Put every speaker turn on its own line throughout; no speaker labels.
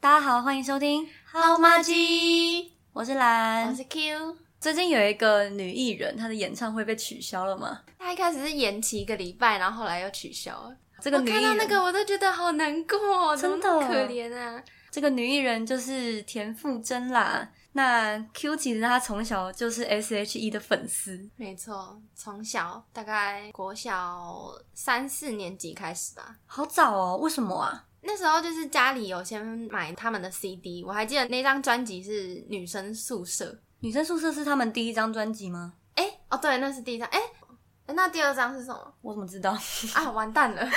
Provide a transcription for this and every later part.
大家好，欢迎收听《
好妈鸡，
我是兰
我》。是 Q。
最近有一个女艺人，她的演唱会被取消了嘛？
他一开始是延期一个礼拜，然后后来又取消了。
这个
我
女艺
看到
人，
那个我都觉得好难过，怎么
真的
那么可怜啊！
这个女艺人就是田馥甄啦。那 Q 其实她从小就是 S.H.E 的粉丝，
没错，从小大概国小三四年级开始吧，
好早哦，为什么啊？
那时候就是家里有先买他们的 CD，我还记得那张专辑是女生宿舍。
女生宿舍是他们第一张专辑吗？
哎、哦对，那是第一张。哎、那第二张是什 么
我怎么知道？
啊？完蛋了！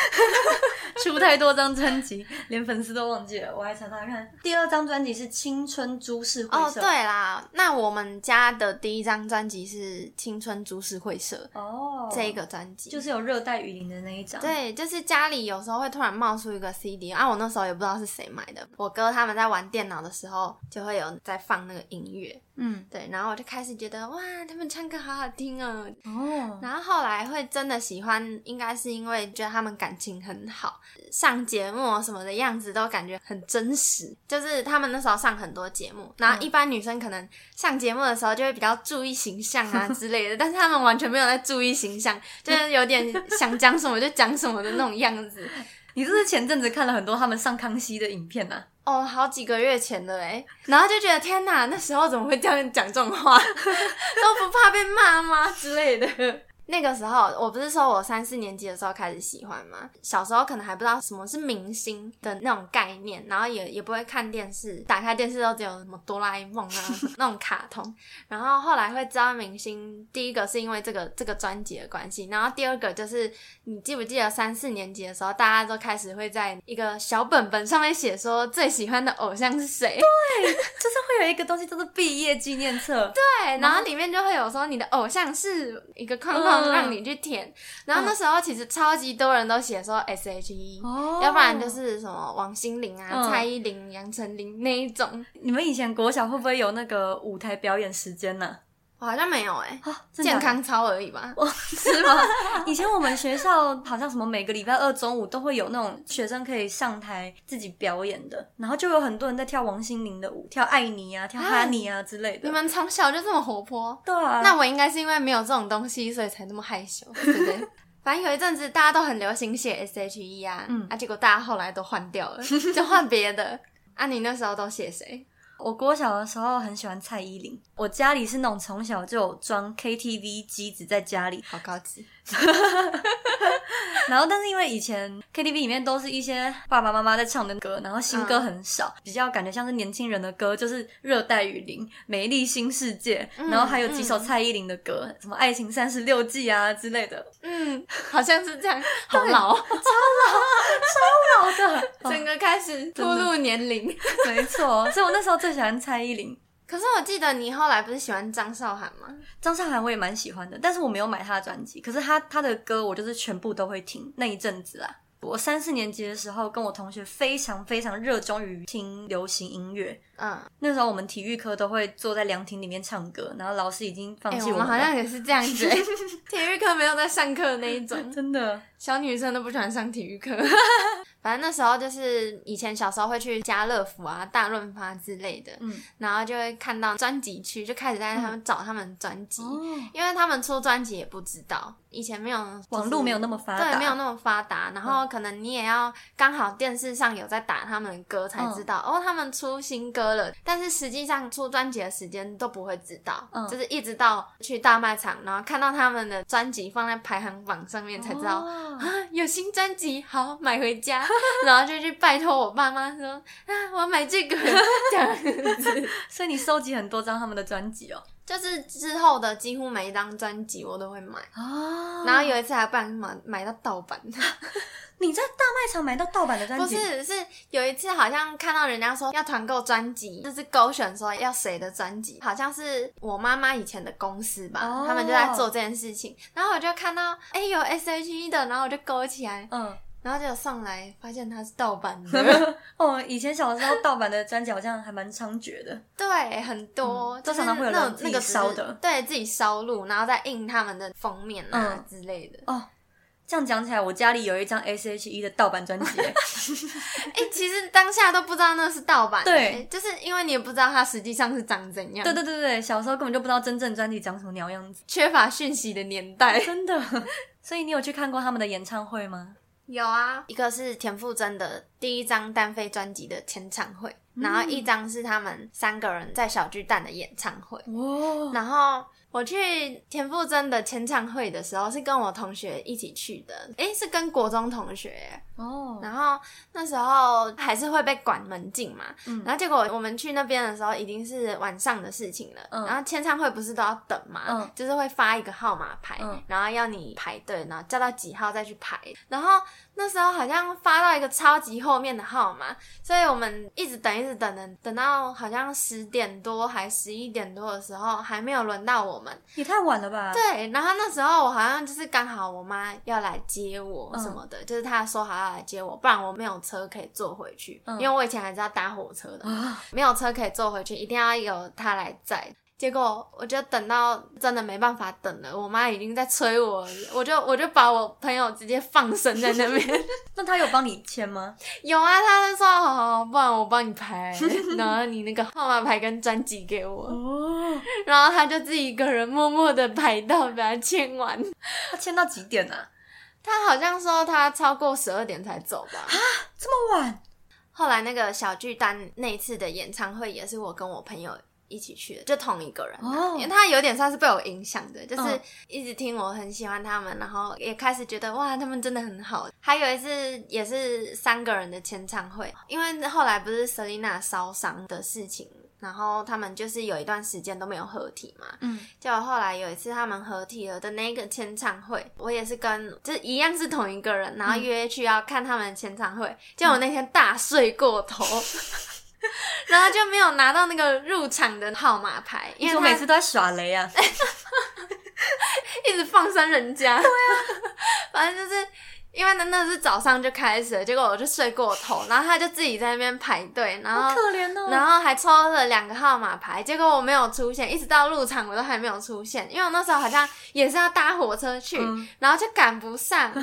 出太多张专辑， 连粉丝都忘记了。我还查查看，第二张专辑是《青春株式会
哦，
社》
对啦，那我们家的第一张专辑是《青春株式会社》
哦，
这个专辑，
就是有热带雨林的那一张。
对，就是家里有时候会突然冒出一个 CD 啊，我那时候也不知道是谁买的，我哥他们在玩电脑的时候就会有在放那个音乐，
嗯，
对，然后我就开始觉得哇，他们唱歌好好听哦，
哦，
然后后来会真的喜欢，应该是因为觉得他们感情很好，上节目什么的样子都感觉很真实。就是他们那时候上很多节目，然后一般女生可能上节目的时候就会比较注意形象啊之类的，但是他们完全没有在注意形象，就是有点想讲什么就讲什么的那种样子。
你是不是前阵子看了很多他们上康熙的影片啊？
哦，好几个月前的哎，然后就觉得天哪，那时候怎么会这样讲这种话， 都不怕被骂吗之类的。那个时候，我不是说我三四年级的时候开始喜欢吗？小时候可能还不知道什么是明星的那种概念，然后也也不会看电视，打开电视都只有什么哆啦 A 梦啊那种卡通。然后后来会知道明星，第一个是因为这个这个专辑的关系，然后第二个就是你记不记得三四年级的时候，大家都开始会在一个小本本上面写说最喜欢的偶像是谁，
就是会有一个东西叫做毕业纪念册，
对，啊然后里面就会有说你的偶像是一个框
嗯
框让你去填，然后那时候其实超级多人都写说 S H E，、
哦
要不然就是什么王心凌啊、
嗯
蔡依林、杨丞琳那一种，
你们以前国小会不会有那个舞台表演时间呢、
我好像没有哎、
啊？真的
健
啊
康操而已吧。
哦， 是吗？以前我们学校好像什么每个礼拜二中午都会有那种学生可以上台自己表演的，然后就有很多人在跳王心凌的舞，跳爱你啊，跳哈尼啊之类的。
你们从小就这么活泼，
对啊，
那我应该是因为没有这种东西，所以才那么害羞，对 不对？反正有一阵子大家都很流行写 S H E 啊，
嗯
啊，结果大家后来都换掉 了，就换别的。啊，你那时候都写谁？
我国小的时候很喜欢蔡依林，我家里是那种从小就有装 KTV 机子在家里，
好高级，
然后，但是因为以前 KTV 里面都是一些爸爸妈妈在唱的歌，然后新歌很少，比较感觉像是年轻人的歌，就是《热带雨林》《美丽新世界》
嗯
然后还有几首蔡依林的歌，什么《爱情三十六计》啊之类的。
嗯，好像是这样，好老，哦
好的，
整个开始步入年龄。
哦没错，哦所以我那时候最喜欢蔡依林。
可是我记得你后来不是喜欢张韶涵吗？
张韶涵我也蛮喜欢的，但是我没有买她的专辑，可是她她的歌我就是全部都会听那一阵子啦。我三四年级的时候，跟我同学非常非常热衷于听流行音乐，
嗯，
那时候我们体育课都会坐在凉亭里面唱歌，然后老师已经放
哎、
弃们
我们
了。
好像也是这样 子、体育课没有在上课的那一种。
真的，
小女生都不喜欢上体 育课。反正那时候就是以前小时候会去家乐福啊、大润发之类的，
嗯，
然后就会看到专辑区，就开始在他们找他们专辑，
哦，
因为他们出专辑也不知道，以前没有、
网哦络没有那么发达，
对，没有那么发达，然后可能你也要刚好电视上有在打他们的歌才知道、
嗯
哦，他们出新歌了。但是实际上出专辑的时间都不会知道，
嗯
就是一直到去大卖场，然后看到他们的专辑放在排行榜上面才知道，
哦
啊，有新专辑，好买回家， 然后就去拜托我爸妈说啊，我要买这个，这样 子。
所以你收集很多张他们的专辑哦。
就是之后的几乎每一张专辑我都会买，
哦
然后有一次还不然买买到 盗版，
你在大卖场买到盗版的专
不
辑，
是是有一次好像看到人家说要团购专辑，就是勾选说要谁的专辑，好像是我妈妈以前的公司吧，
哦
他们就在做这件事情，然后我就看到哎、有 S H E 的，然后我就勾起来，
嗯，
然后就上来发现它是盗版的。
哦，以前小时候盗版的专辑好像还蛮猖獗的。
对，很多，
嗯都
就是
常常会有
那
人
种
自己
那个只是
烧的
对自己烧录，然后再印他们的封面啊、
嗯
之类的。
哦，这样讲起来，我家里有一张 S.H.E 的盗版专辑， 欸
哎、其实当下都不知道那是盗版的，
对
就是因为你也不知道它实际上是长怎样，
对对对对，小时候根本就不知道真正专辑长什么鸟样子，
缺乏讯息的年代。
真的。 所以你有去看过他们的演唱会吗？
有啊，一个是田馥甄的第一张单飞专辑的签唱会，
嗯
然后一张是他们三个人在小巨蛋的演唱会。
哦哇，
然后我去田馥甄的签唱会的时候，是跟我同学一起去的，诶，是跟国中同学耶。
哦，
然后那时候还是会被管门禁嘛，
嗯
然后结果我们去那边的时候已经是晚上的事情了，
嗯
然后签唱会不是都要等嘛，
嗯
就是会发一个号码牌，
嗯
然后要你排队，然后叫到几号再去排，然后那时候好像发到一个超级后面的号码，所以我们一直等一直等等等到好像十点多还十一点多的时候还没有轮到我们，
也太晚了吧？
对，然后那时候我好像就是刚好我妈要来接我
嗯
什么的，就是她说好要来接我，不然我没有车可以坐回去，
嗯
因为我以前还是要搭火车的，
啊，
没有车可以坐回去，一定要有她来载。结果我就等到真的没办法等了，我妈已经在催我，我就我就把我朋友直接放生在那 边。
那他有帮你签吗？
有啊，她就说好好，不然我帮你排，然后你那个号码牌跟专辑给我，
哦，
然后她就自己一个人默默的排到把它签完。
他签到几点啊？
他好像说他超过十二点才走吧。
这么晚？
后来那个小巨蛋那一次的演唱会也是我跟我朋友一起去的，就同一个人、
哦
因为他有点算是被我影响的，就是
嗯
一直听我很喜欢他们，然后也开始觉得哇，他们真的很好。还有一次也是三个人的签唱会，因为后来不是 Selina 烧伤的事情。然后他们就是有一段时间都没有合体嘛，
嗯，
结果后来有一次他们合体了的那个签唱会，我也是跟就是一样是同一个人，然后约去要看他们的签唱会，
嗯
结果我那天大睡过 头，然后就没有拿到那个入场的号码牌，
你
因
怎
为
么
他
每次都在耍雷 啊？
一直放生人家。对啊， 反正就是。因为那那是早上就开始了，结果我就睡过头，然后他就自己在那边排队，然后
好可怜哦。
然后还抽了两个号码牌，结果我没有出现，一直到入场我都还没有出现，因为我那时候好像也是要搭火车去，
嗯
然后就赶 不上，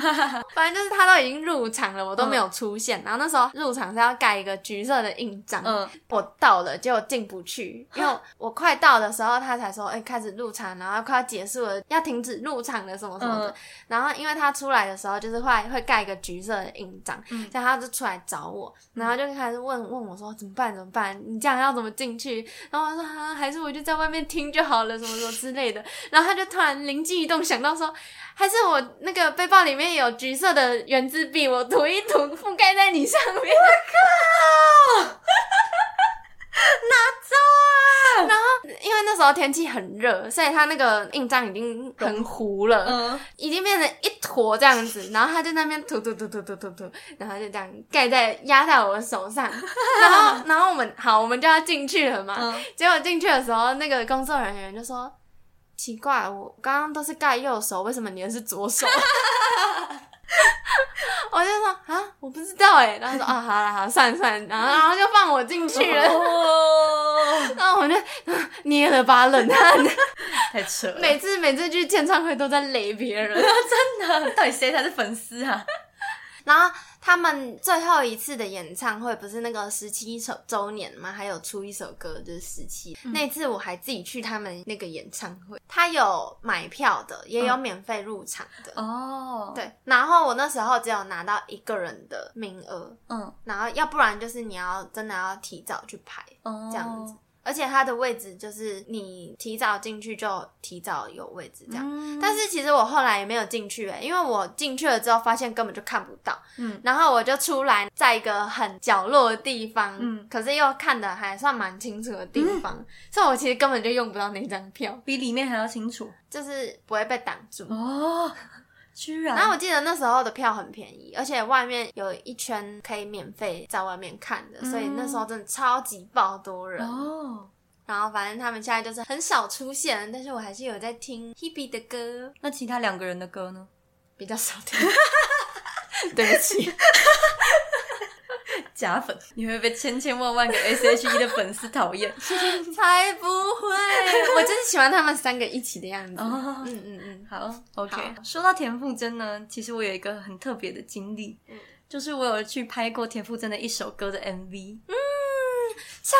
反正就是他都已经入场了，我都没有出现。然后那时候入场是要盖一个橘色的印章，
嗯
我到了，结果进不去，因为我快到的时候他才说，哎、开始入场，然后快要结束了，要停止入场了什么什么的。
嗯
然后因为他出来的时候就是会会盖一个橘色的印章，
嗯
所以他就出来找我，然后就开始问问我说怎么办怎么办，你这样要怎么进去？然后我说啊，还是我就在外面听就好了，什么什么之类的。然后他就突然灵机一动想到说，还是我那个背包里面有橘色的圆珠笔，我涂一涂覆盖在你上面。
啊
因为那时候天气很热，所以它那个印章已经很糊了，
嗯，
已经变成一坨这样子。然后他就在那边涂涂涂涂涂涂涂，然后就这样盖在压在我的手上。 然后，然后我们好，我们就要进去了嘛。
嗯
结果进去的时候，那个工作人员就说：“奇怪，我刚刚都是盖右手，为什么你的是左手？” 我就说啊，我不知道哎，然后说啊，好了好了，算了算了，然后然后就放我进 去了，
哦，
然后我就、啊捏了把冷汗，
太扯了，
每次每次去签唱会都在雷别人。
真的， 到底谁才是粉丝啊？
然后他们最后一次的演唱会不是那个十七首周年嘛，还有出一首歌就是十七、
嗯
那次我还自己去他们那个演唱会，他有买票的，也有
嗯
免费入场的。
哦，，
对，然后我那时候只有拿到一个人的名额，
嗯，
然后要不然就是你要真的要提早去排，
哦，
这样子，而且它的位置就是你提早进去就提早有位置这样。
嗯
但是其实我后来也没有进去、欸，因为我进去了之后发现根本就看不到，
嗯，
然后我就出来，在一个很角落的地方，
嗯
可是又看的还算蛮清楚的地方，所以我其实根本就用不到那张票，
比里面还要清楚
就是不会被挡住。
哦， 居然，
然后我记得那时候的票很便宜，而且外面有一圈可以免费在外面看的，
嗯
所以那时候真的超级爆多人。
哦，
然后反正他们现在就是很少出现，但是我还是有在听 Hebe 的歌，
那其他两个人的歌呢？
比较少听。对不起，
假粉，你会被千千万万个 S.H.E 的粉丝讨厌。
才不会，我就是喜欢他们三个一起的样子。
哦
嗯嗯嗯，
好，OK
好
说到田馥甄呢，其实我有一个很特别的经历，
嗯
就是我有去拍过田馥甄的一首歌的 MV，、
超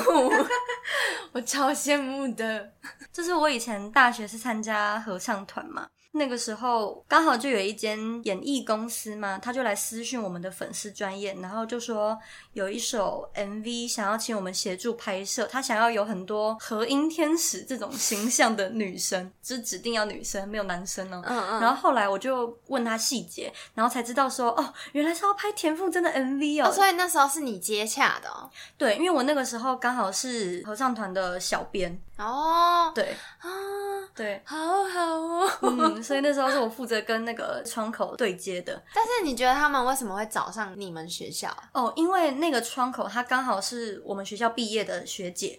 羡慕， 我超羡慕的。
就是我以前大学是参加合唱团嘛，那个时候刚好就有一间演艺公司嘛，他就来私讯我们的粉丝专业，然后就说有一首 MV 想要请我们协助拍摄，他想要有很多和音天使这种形象的女生，就是指定要女生，没有男生哦。
嗯嗯，
然后后来我就问他细节，然后才知道说，哦，原来是要拍田馥甄的 MV 哦。
哦所以那时候是你接洽的哦。
对，因为我那个时候刚好是合唱团的小编，
哦，
对
啊，
对，
好好哦。
嗯，所以那时候是我负责跟那个窗口对接的。
但是你觉得他们为什么会找上你们学校啊？
哦，因为那个窗口她刚好是我们学校毕业的学 姐，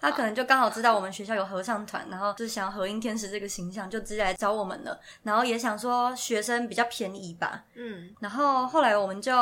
她可能就刚好知道我们学校有合唱团，然后就是想要合音天使这个形象，就直接来找我们了。然后也想说学生比较便宜吧，
嗯，
然后后来我们就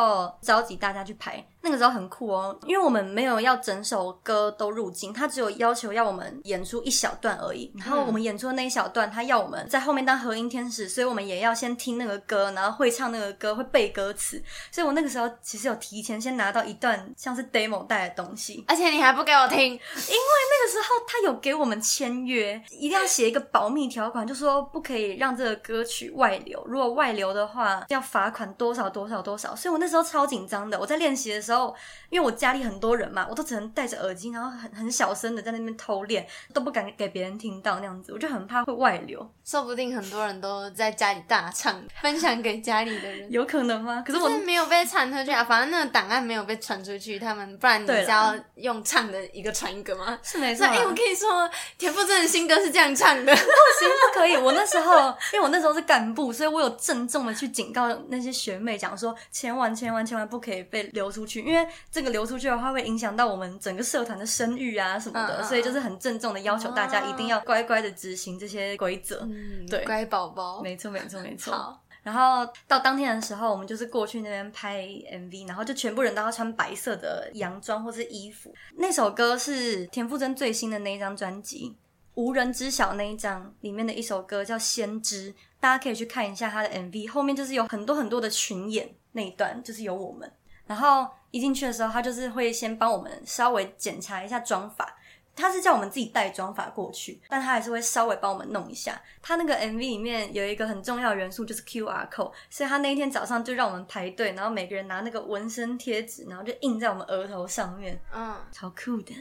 召集大家去排，那个时候很酷哦，因为我们没有要整首歌都入镜，他只有要求要我们演出一小段而已。然后我们演出的那一小段，他要我们在后面当合音天使，所以我们也要先听那个歌，然后会唱那个歌，会背歌词。所以我那个时候其实有提前先拿到一段像是 demo 带的东西，
而且你还不给我听，
那个时候他有给我们签约，一定要写一个保密条款，就说不可以让这个歌曲外流，如果外流的话要罚款多少多少多少。所以我那时候超紧张的，我在练习的时候，因为我家里很多人嘛，我都只能戴着耳机，然后很很小声的在那边偷练，都不敢给别人听到那样子，我就很怕会外流，
说不定很多人都在家里大唱， 分享给家里的人。
有可能吗？可是
可
我
是没有被传出去啊，反正那个档案没有被传出去，他们不然你
对
是
啦
要用唱的一个传一个吗？
是没错
所以，
啊，
哎、我跟你说，田馥甄的新歌是这样唱的，
行不 可以。我那时候，因为我那时候是干部，所以我有郑重的去警告那些学妹，讲说千万千万千万不可以被流出去，因为这个流出去的话会影响到我们整个社团的声誉啊什么的，
嗯嗯嗯
所以就是很郑重的要求大家
哦
一定要乖乖的执行这些规则。
嗯
对
乖宝宝，
没错，没错，没错。
好，
然后到当天的时候，我们就是过去那边拍 MV，然后就全部人都要穿白色的洋装或是衣服。那首歌是田馥甄最新的那一张专辑《无人知晓》那一张里面的一首歌叫《先知》，大家可以去看一下他的 MV，后面就是有很多很多的群演那一段，就是有我们。然后一进去的时候，他就是会先帮我们稍微检查一下妆法。他是叫我们自己带妆法过去，但他还是会稍微帮我们弄一下。他那个 MV 里面有一个很重要的元素就是 QR code，所以他那一天早上就让我们排队，然后每个人拿那个纹身贴纸，然后就印在我们额头上面，
嗯，
超酷的。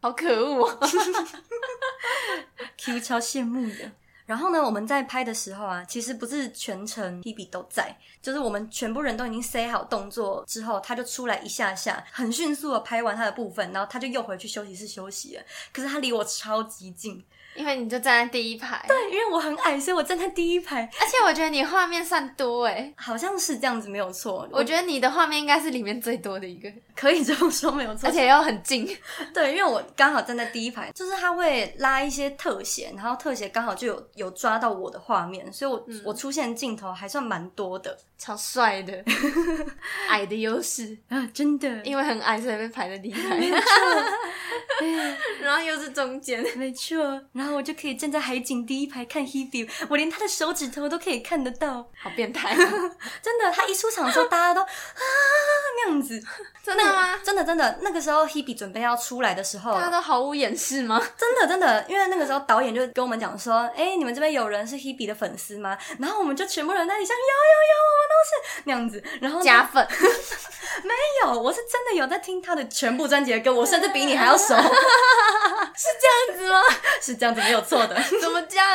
好可恶、哦，
Q 超羡慕
嗯
的。然后呢，我们在拍的时候啊，其实不是全程 Hebe 都在，就是我们全部人都已经 say 好动作之后，他就出来一下下，很迅速的拍完他的部分，然后他就又回去休息室休息了。可是他离我超级近，
因为你就站在第一排，对，
因为我很矮，所以我站在第一排，
而且我觉得你画面算多哎，
好像是这样子没有错。
我觉得你的画面应该是里面最多的一个，
可以这么说没有错，
而且又很近，
对，因为我刚好站在第一排，就是他会拉一些特写，然后特写刚好就有有抓到我的画面，所以我、我出现镜头还算蛮多的
超帅的， 矮的优势，
啊，真的。
因为很矮所以被排在第一排， 然后又是中间，
没错，然后我就可以站在海景第一排看 Hebe，我连他的手指头都可以看得到。
好变态、哦
真的，他一出场的时候，大家都啊那样子。
真的
那
吗？
真的真的，那个时候 Hebe 准备要出来的时候
大，家都毫无掩饰吗？
真的真的，因为那个时候导演就跟我们讲说，哎、你们这边有人是 Hebe 的粉丝吗？然后我们就全部人在那里像有有有，我们都是那样子。然后呢
假 粉，
没有，我是真的有在听他的全部专辑的歌，我甚至比你还要熟，
这样子吗？
是这样子没有错的。
怎么这 样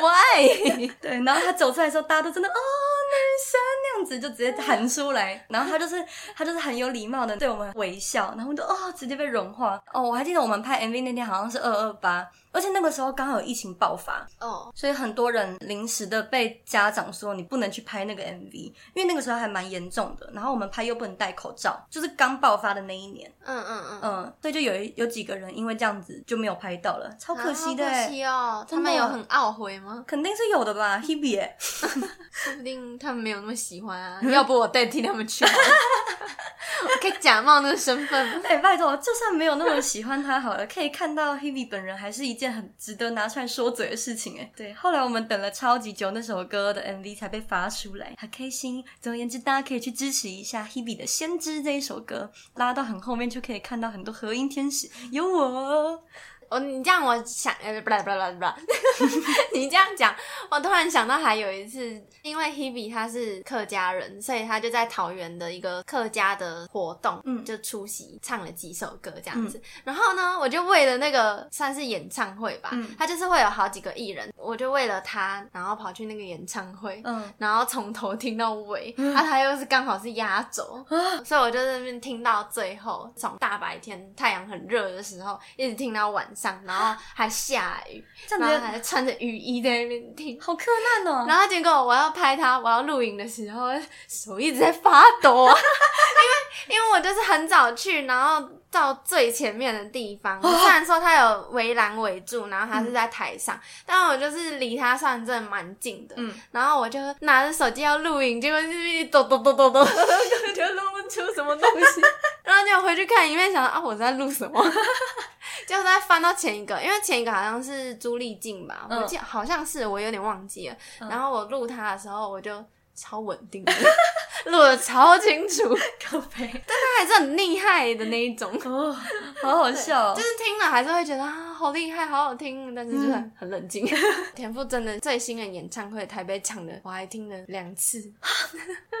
？Why？
对，然后他走出来的时候，大家都真的哦，女神那样子就直接喊出来，然后他就是他就是很有礼貌的对我们微笑，然后我就哦直接被融化哦。我还记得我们拍 MV 那天好像是二二八，而且那个时候刚好有疫情爆发，
哦，
所以很多人临时的被家长说你不能去拍那个 MV，因为那个时候还蛮严重的，然后我们拍又不能戴口罩，就是刚爆发的那一年。
嗯嗯嗯，
嗯，所以就有一有几个人因为这样子就没有拍到了，超可惜的、
啊好可
欸，
惜哦。他
真的
们有很懊悔吗？
肯定是有的吧，Hebe 欸、
说不定他们没有那么喜欢欢啊，要不我代替他们去好了， 我可以假冒那个身 份。
哎、拜托，就算没有那么喜欢他好了，可以看到 Hebe 本人还是一件很值得拿出来说嘴的事情哎。对，后来我们等了超级久，那首歌的 MV 才被发出来，很开心。总而言之，大家可以去支持一下 Hebe 的《先知》这一首歌，拉到很后面就可以看到很多和音天使，有我哦。
哦，你这样我想，呃，不啦不啦不啦， 你这样讲，我突然想到还有一次，因为 Hebe 他是客家人，所以他就在桃园的一个客家的活动，
嗯
就出席唱了几首歌这样子。然后呢，我就为了那个算是演唱会吧，
嗯
他就是会有好几个艺人，我就为了他，然后跑去那个演唱会，
嗯，
然后从头听到尾，啊，他又是刚好是压轴，所以我就在那边听到最后，从大白天太阳很热的时候，一直听到晚上，然后还下雨，
这
然后
样子
还穿着雨衣在那边听。
好柯南哦。
然后结果我要拍他，我要录影的时候，手一直在发抖啊， 因为因为我就是很早去，然后到最前面的地方。虽然说他有围栏围住，然后他是在台上，但我就是离他算真的蛮近的。
嗯
然后我就拿着手机要录影，结果就是抖抖抖 抖抖，根本就录不出什么东西。然后就回去看影片，想到啊，我在录什么？ 就在翻到前一个，因为前一个好像是朱丽静吧，
嗯
我记得好像是，我有点忘记了。
嗯
然后我录她的时候，我就超稳定的， 录的超清楚，
靠背
她还是很厉害的那一种。
哦，好好笑、哦
就。是听了还是会觉得啊，好厉害，好好听，但是就是
嗯
很很冷静。田馥甄的最新的演唱会台北场的，我还听了两次。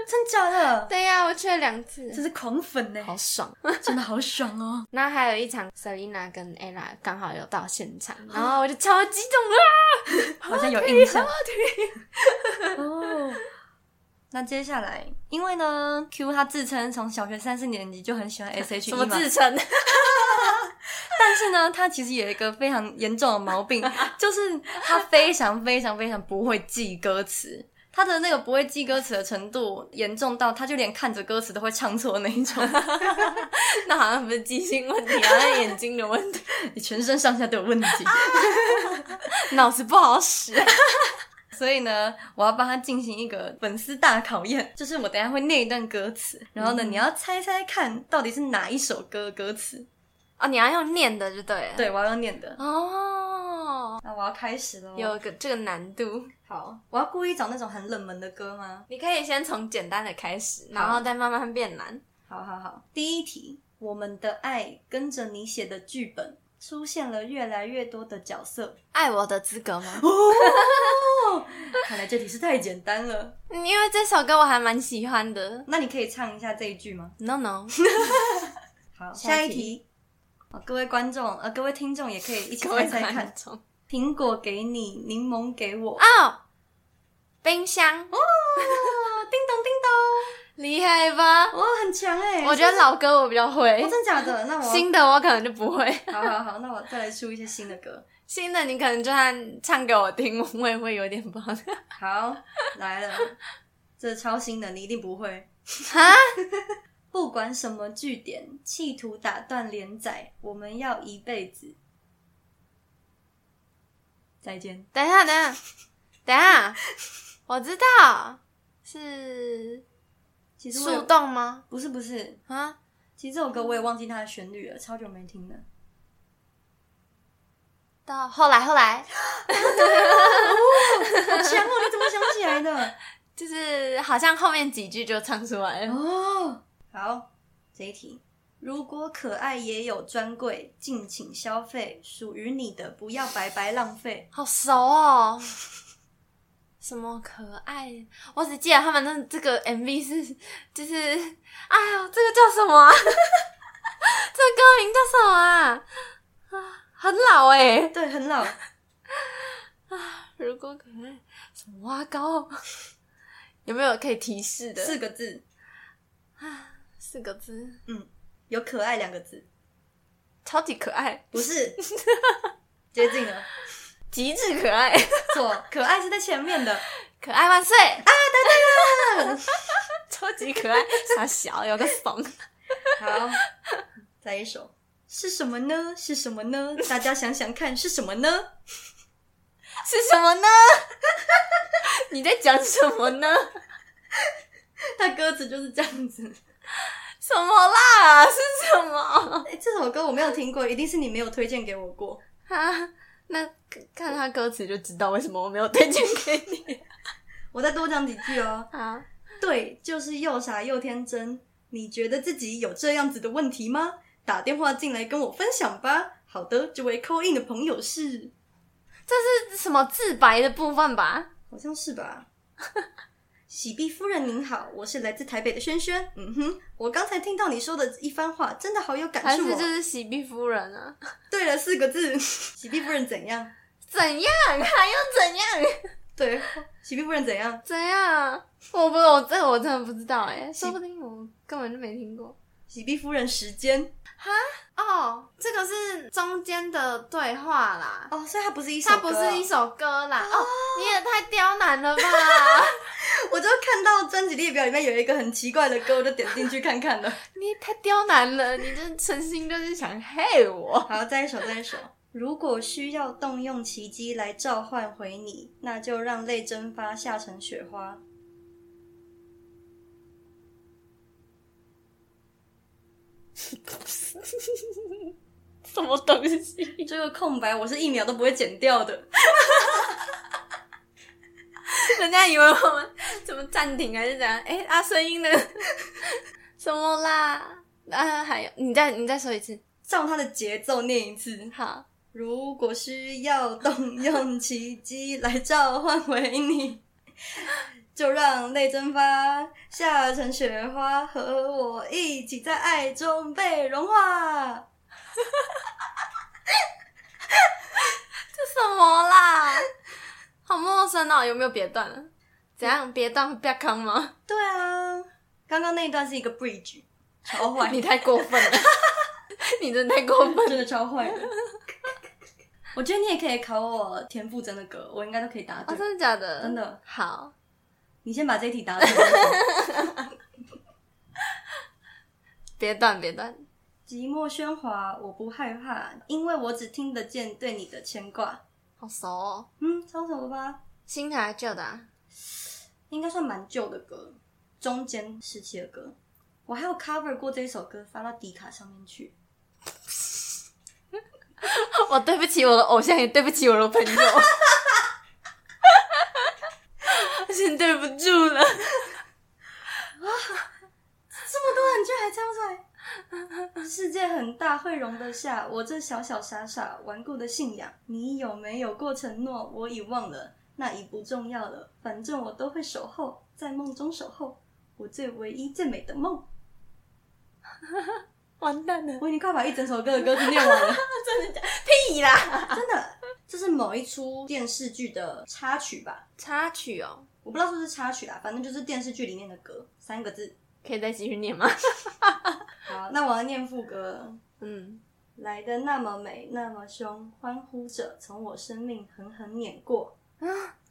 真假的？
对呀、我去了两次，
这是狂粉呢、
好爽。
真的好爽哦！
那还有一场 Selina 跟 Ella 刚好有到现场，然后我就超激动了。
好
啊
像有印 象。哦， 那接下来，因为呢，Q 他自称从小学三四年级就很 喜欢 S.H.E
什么
嘛
自称？
但是呢，他其实有一个非常严重的毛 病，就是他非常非常非常不会记歌词。他的那个不会记歌词的程度严重到，他就连看着歌词都会唱错那一 种，
那好像不是记性问题，好像眼睛的问题，
你全身上下都有问题。
脑子不好使。
所以呢，我要帮他进行一个粉丝大考验， 就是我等一下会念一段歌词，然后
嗯
呢，你要猜猜看到底是哪一首歌的歌词。
哦，你要用念的就对了。
对，我要用念的。
哦，
那我要开始喽。
有个这个难度，
好，我要故意找那种很冷门的歌吗？
你可以先从简单的开始，
好
然后再慢慢变难。
好好好，第一题，我们的爱跟着你写的剧本，出现了越来越多的角色。
爱我的资格吗？
看来这题是太简单了。
嗯因为这首歌我还蛮喜欢的。
那你可以唱一下这一句吗？
No no，
好，
下
下
一
一
题
题。好各位观众，呃，各位听众也 可以一起
各位
猜猜
观
看。
众
苹果给你，柠檬给我。啊，
哦，冰箱
叮咚叮咚，
厉害吧？
哇、很强哎、
我觉得老歌我比较会
哦，，真假的？那我
新的我可能就不会。
好好好，那我再来出一些新的歌。
新的你可能就算唱给我听，我也会有点不好。
好，来了，这超新的，你一定不会。
哈，
不管什么据点，企图打断连载，我们要一辈子。再见。
等一下，等一下，等一下，我知道是
其实我
树
也
洞吗？
不是不是，
啊，
其实这首歌我也忘记它的旋律了，超久没听了。
到后来后来
好强哦！你怎么想起来的？
就是好像后面几句就唱出来了。
哦，好，这一题。如果可爱也有专柜，敬请消费，属于你的不要白白浪费。
好熟哦。 什么可爱？我只记得他们那这个 MV 是，就是，哎呦，这个叫什么、啊？ 这个歌名叫什么啊？啊，很老哎、
对，很老。
如果可爱，什么蛙糕？有没有可以提示的？
四个字，
四个字，
嗯，有可爱两个字，
超级可爱，
不 是接近了，
极致可爱，
错，可爱是在前面的，
可爱万岁啊！对对对，超 级可爱，傻小有个怂。
好，再一首是什么呢？是什么呢？大家想想看是什么呢？
是什么呢？你在讲什么呢？
他歌词就是这样子。
什么啦？是什么？
哎、这首歌我没有听过，一定是你没有推荐给我过。
啊，那看他歌词就知道为什么我没有推荐给 你
我再多讲几句哦。
啊。
对，就是又傻又天真。你觉得自己有这样子的问题吗？打电话进来跟我分享吧。好的，这位 call in 的朋友是，
这是什么自白的部分吧？
好像是吧？ 喜碧夫人您好，我是来自台北的轩轩。嗯哼，我刚才听到你说的一番话，真的好有感
还
触
是
哦。
就是喜碧夫人啊？
对了四个字， 喜碧夫人怎样？
怎样？还要怎样？
对，喜碧夫人怎样？
怎样？我不，我这我真的不知道哎、
喜
说不定我根本就没听过。
喜碧夫人时间
哦，这个是中间的对话啦，
哦，所以它不是一首歌
它
哦、
不是一首啊歌啦。哦，你也太刁难了吧！
我就看到专辑列表里面有一个很奇怪的歌，我就点进去看看了。
你也太刁难了，你这诚心就是想害我。
好，再一首，再一首。如果需要动用奇迹来召唤回你，那就让泪蒸发，下成雪花。
什么东西？
这个空白我是一秒都不会剪掉的。
人家以为我们怎么暂停还是怎样？哎、啊，声音呢？什么啦？啊，还有，你再你再说一次。
照它的节奏念一次。
好，
如果需要动用奇迹来召唤回你，就让泪蒸发，下成雪花，和我一起在爱中被融化。
这什么啦？好陌生哦，有没有别段了？怎样？别段会被坑 吗？
对啊，刚刚那一段是一个 bridge，超坏，
你太过分了， 你真的太过分了。
真的超坏的。我觉得你也可以考我田馥甄的歌，我应该都可以答
哦，
对。
真的假的？
真的。
好，
你先把这一题答对。
别段，别段。
寂寞喧哗，我不害怕，因为我只听得见对你的牵挂。
好熟哦，
嗯，超熟了吧？
新的还是旧的啊？
应该算蛮旧的歌，中间时期的歌。我还有 cover 过这一首歌，发到迪卡上面去。
我对不起我的偶像，也对不起我的朋 友，真对不住了。
这么多人居然还猜不出来！世界很大，会容得下我这小小傻傻顽固的信仰。你有没有过承诺？我已忘了，那已不重要了。反正我都会守候，在梦中守候，我最唯一最美的梦。
完蛋了，
我已经快把一整首歌的歌词念完了，
屁啦！
真的。这是某一出电视剧的插曲吧？
插曲哦，
我不知道是不是插曲啊啦，反正就是电视剧里面的歌，三个字。
可以再继续念吗？
好，那我要念副歌了。
嗯，
来的那么美，那么凶，欢呼着从我生命狠狠碾过，
啊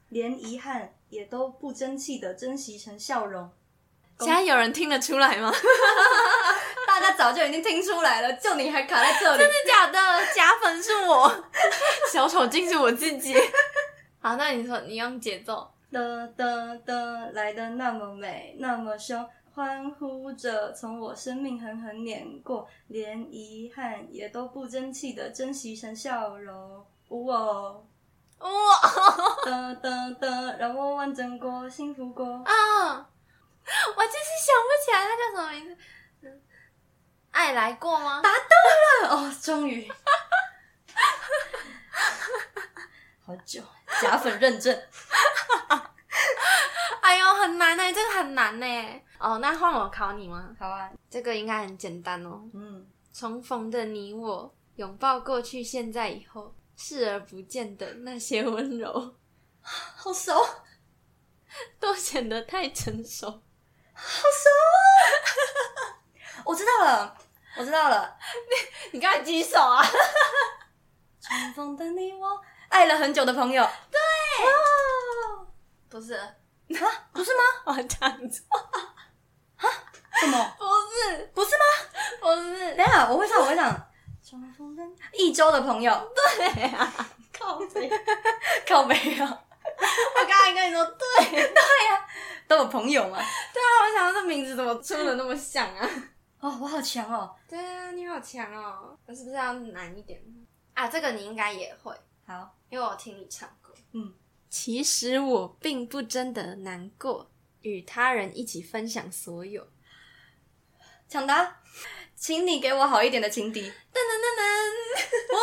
连遗憾也都不争气的珍惜成笑容。
现在有人听得出来吗？
大家早就已经听出来了，就你还卡在这里。
真的假的？假粉是我， 小丑竟是我自己。 好，那你说你用节奏，
的的的，来的那么美，那么凶，欢呼着从我生命狠狠碾过，连遗憾也都不争气的珍惜成笑容。哇、哦，
哇
的的的，让我完整过，幸福过。
啊！我就是想不起来那叫什么名字。嗯爱来过吗？
哦，终于，好久，假粉认证，
哎呦，很难呢、这个很难呢、哦，那换我考你吗？
好啊，
这个应该很简单哦。
嗯，
重逢的你我，拥抱过去、现在、以后，视而不见的那些温柔，
好熟，好
都显得太成熟。
熟， 我知道了，我知道了，
你刚才举手啊？
重逢的你我，爱了很久的朋友，
不是，
不是吗？
我讲错，
什么？
不是，
不是吗？
不是，
等一下，我会唱，我会唱。重逢的一周的朋友，
对啊，
靠北，靠北啊！
我刚才大姨跟你说对，
都有朋友嘛。
那我想说这名字怎么出的那么像啊？
哦，我好强哦！
对啊，你好强哦！那是不是要难一点啊？这个你应该也会，
好，
因为我听你唱过。
嗯，
其实我并不真的难过，与他人一起分享所有。
抢答，请你给我好一点的情敌。
噔噔噔噔！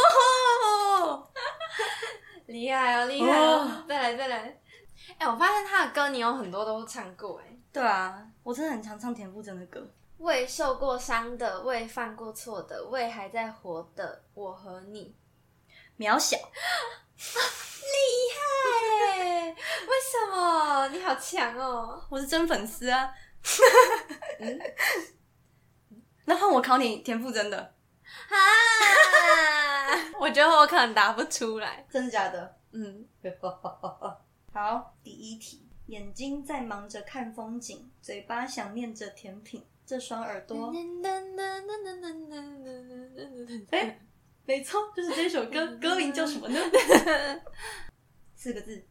哦，厉害哦，厉害哦！再来，再来。哎、我发现他的歌你有很多都唱过哎、
对啊，我真的很常唱田馥甄的歌。
为受过伤的，为犯过错的，为还在活的，我和你。
渺小，
哎，为什么？你好强哦！
我是真粉丝 啊。嗯那换我考你田馥甄的，
啊， 我觉得我可能答不出来。
真的假的？
嗯，
好，第一题，眼睛在忙着看风景，嘴巴想念着甜品，这双耳朵，哎没错，就是这首歌，歌名叫什么呢？嗯 四个字，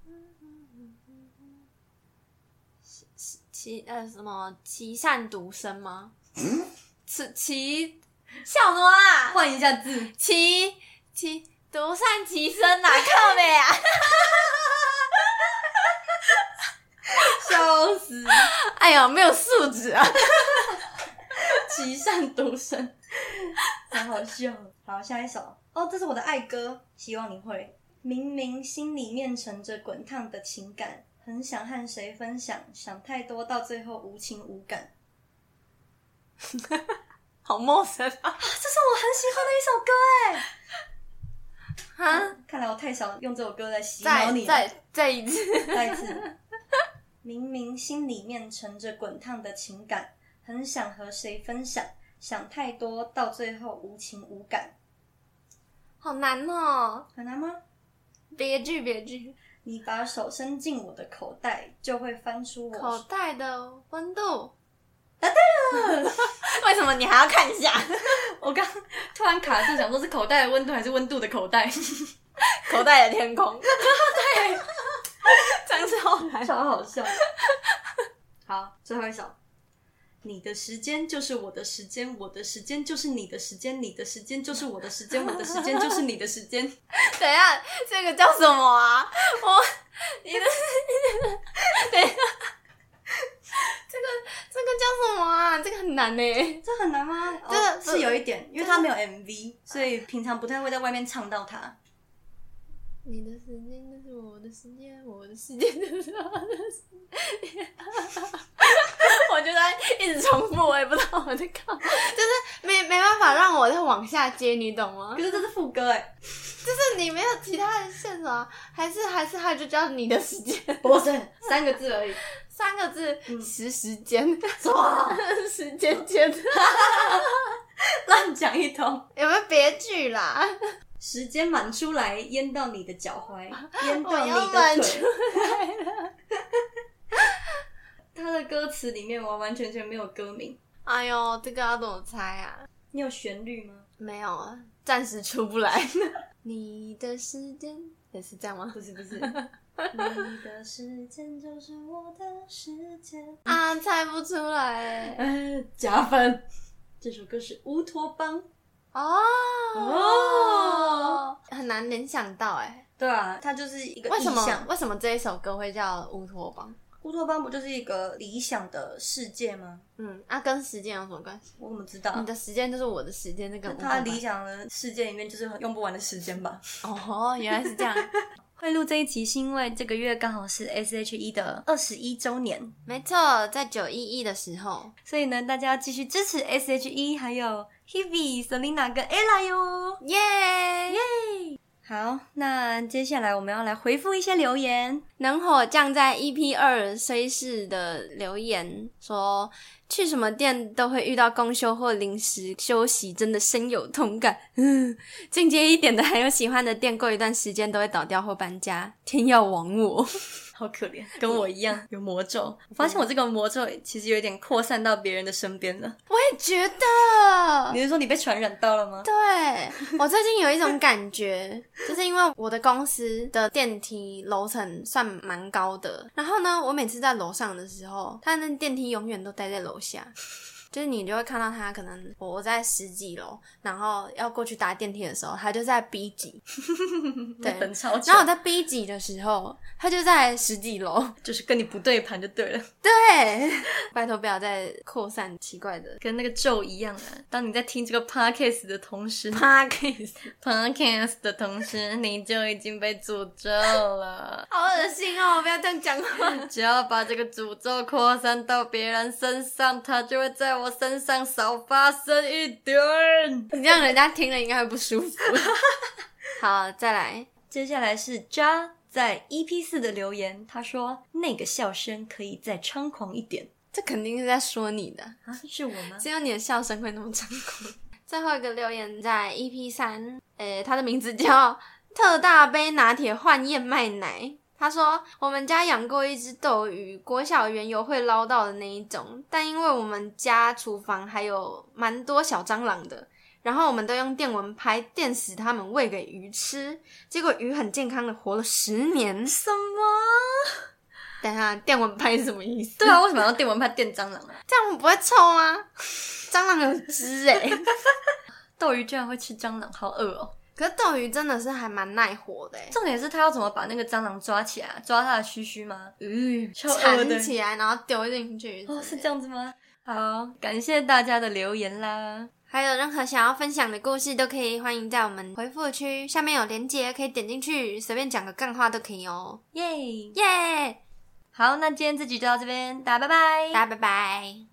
其呃什么其善独身吗？嗯此其笑什么啦？
换一下字，
其其独善其身哪靠呗啊！
笑死，
哎呦，没有素质啊！
极善独身，太 好笑了。好，下一首，哦，这是我的爱歌，希望你会。明明心里面盛着滚烫的情感，很想和谁分享，想太多到最后无情无感。
好陌生啊！
这是我很喜欢的一首歌哎、
啊，
看来我太少用这首歌来洗脑
再
你了。
再再一次，
再一次，明明心里面盛着滚烫的情感，很想和谁分享，想太多到最后无情无感，
好难哦！
很难吗？
别句别句，
你把手伸进我的口袋，就会翻出我。
口袋的温 度。 为什么你还要看一下？
我刚突然卡住，想说是口袋的温度还是温度的口袋，
口袋的天空。 对，张志浩南。
超好笑。 好，最后一首。你的时间就是我的时间，我的时间就是你的时间，你的时间就是我的时间，我的时间就是你的时间。
等一下，这个叫什么啊？我，你的， 等一下，这个这个叫什么啊？这个很难呢、
这很难吗？
这个
哦是有一点，因为他没有 MV，所以平常不太会在外面唱到他。
你的时间就是我的时间，我的时间就是我的时间。我就在一直重复，我也不知道我在干嘛，就是没没办法让我再往下接，你懂吗
可？是这是副歌哎，
就是你没有其他的线索啊，还是还是它就叫你的时间。
不是三个字而已。
三个字，
嗯
时时 间，
哇，
时间间，
乱讲一通。
有没有别句啦？
时间满出来，淹到你的脚 踝，淹
我
到
要
你
满
的
出
腿。
来了。
他的歌词里面完完全全没有歌名，
哎呦，这个要怎么猜啊？
你有旋律吗？
没有啊，暂时出不 来。你的时间也是这样吗？
不是不 是，你的时间就是我的时间。
啊，猜不出来欸。
哎，加分。这首歌是乌托邦。
哦
哦
很难联想到哎，
对啊，它就是一个
为什
意象
么为什么这一首歌会叫乌托邦？
乌托邦不就是一个理想的世界吗？
嗯，啊，跟时间有什么关系？
我怎么知道
你？的时间就是我的时间，这个乌托
他
邦
理想的世界里面就是用不完的时间吧。
哦，原来是这样。
会录这一集是因为这个月刚好是 S.H.E 的二十一周年，
没错，在九一一的时候，
所以呢，大家要继续支持 S.H.E 还有 Hebe、Selina 跟 Ella 哟。
耶、
好，那接下来我们要来回复一些留言。
能火酱在 EP 二虽是的留言说，去什么店都会遇到公休或临时休息，真的深有同感。 嗯，进阶一点的，还有喜欢的店，过一段时间都会倒掉或搬家，天要亡我。
好可怜，跟我一样有魔咒。我发现我这个魔咒其实有点扩散到别人的身边了。
我也觉得，
你是说你被传染到了吗？
对我最近有一种感觉，就是因为我的公司的电梯楼层算蛮高的，然后呢，我每次在楼上的时候，它那电梯永远都待在楼下。就是你就会看到他，可能我我在十几楼，然后要过去搭电梯的时候，他就在 B 级，对
等超久
然后我在 B 级的时候，他就在十几楼。
就是跟你不对盘就对了，
对， 拜托不要再扩散奇怪的
跟那个咒一样啊。当你在听这个 podcast 的同 时
p a r k e s
，podcast 的同时，你就已经被诅咒了。
好恶心哦！不要这样讲话。
只要把这个诅咒扩散到别人身上，它就会在我身上少发生一点。
你这样人家听了应该会不舒服。 好，再来。
接下来是渣在 EP 四的留言，他说那个笑声可以再猖狂一点
这肯定是在说你的，
啊，是我吗？
只有你的笑声会那么猖狂。最后一个留言在 EP 三，诶，他的名字叫 特大杯拿铁换燕麦奶。他说：“我们家养过一只斗鱼，国小园游会捞到的那一种，但因为我们家厨房还有蛮多小蟑螂的，然后我们都用电蚊拍电死它们，喂给鱼吃。结果鱼很健康的活了十年。
什么？
等一下，电蚊拍是什么意思？
对啊，为什么要电蚊拍电蟑螂啊？
这样我们不会臭吗？蟑螂有汁哎、
斗鱼居然会吃蟑螂，好恶哦！
可是斗鱼真的是还蛮耐火的哎、
重点是他要怎么把那个蟑螂抓起来啊？抓它的须须吗？
嗯，
超恶的
缠起来然后丢进去。
哦，是这。样子吗？ 好，感谢大家的留言啦。
还有任何想要分享的故事，都可以欢迎在我们回复区下面有连结，可以点进去，随便讲个干话都可以哦。
耶、
耶、
好，那今天这集就到这边，大家拜拜，
大家拜拜。